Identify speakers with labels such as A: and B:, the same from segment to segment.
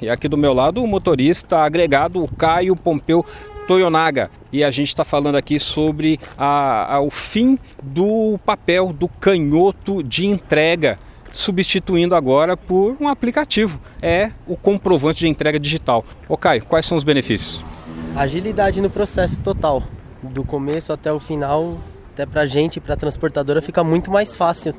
A: E aqui do meu lado o motorista agregado, o Caio Pompeu Toyonaga. E a gente está falando aqui sobre a, a, o fim do papel do canhoto de entrega, substituindo agora por um aplicativo. É o comprovante de entrega digital. Ô Caio, quais são os benefícios?
B: Agilidade no processo total. Do começo até o final, até para a gente, para a transportadora, fica muito mais fácil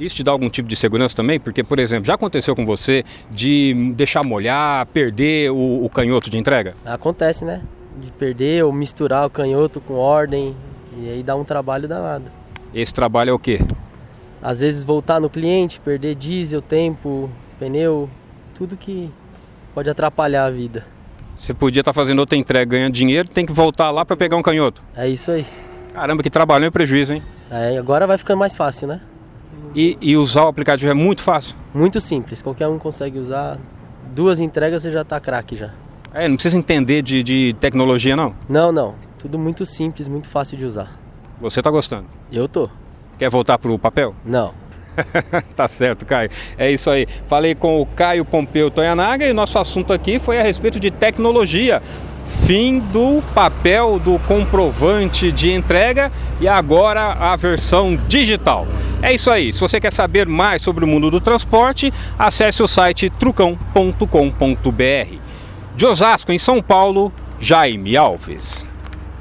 A: isso te dá algum tipo de segurança também? Porque, por exemplo, já aconteceu com você de deixar molhar, perder o, o canhoto de entrega?
B: Acontece, né? De perder ou misturar o canhoto com ordem e aí dá um trabalho danado.
A: Esse trabalho é o quê?
B: Às vezes voltar no cliente, perder diesel, tempo, pneu, tudo que pode atrapalhar a vida.
A: Você podia estar fazendo outra entrega, ganhando dinheiro, tem que voltar lá para pegar um canhoto.
B: É isso aí.
A: Caramba, que trabalho e prejuízo, hein?
B: É, agora vai ficando mais fácil, né?
A: E, e, usar o aplicativo é muito fácil?
B: Muito simples, qualquer um consegue usar. Duas entregas você já está craque já.
A: É, não precisa entender de, de, tecnologia não?
B: Não, não. Tudo muito simples, muito fácil de usar.
A: Você está gostando?
B: Eu tô.
A: Quer voltar para o papel?
B: Não.
A: tá certo, Caio. É isso aí. Falei com o Caio Pompeu Toyanaga e nosso assunto aqui foi a respeito de tecnologia fim do papel do comprovante de entrega e agora a versão digital. É isso aí. Se você quer saber mais sobre o mundo do transporte, acesse o site trucão.com.br. De Osasco, em São Paulo, Jaime Alves.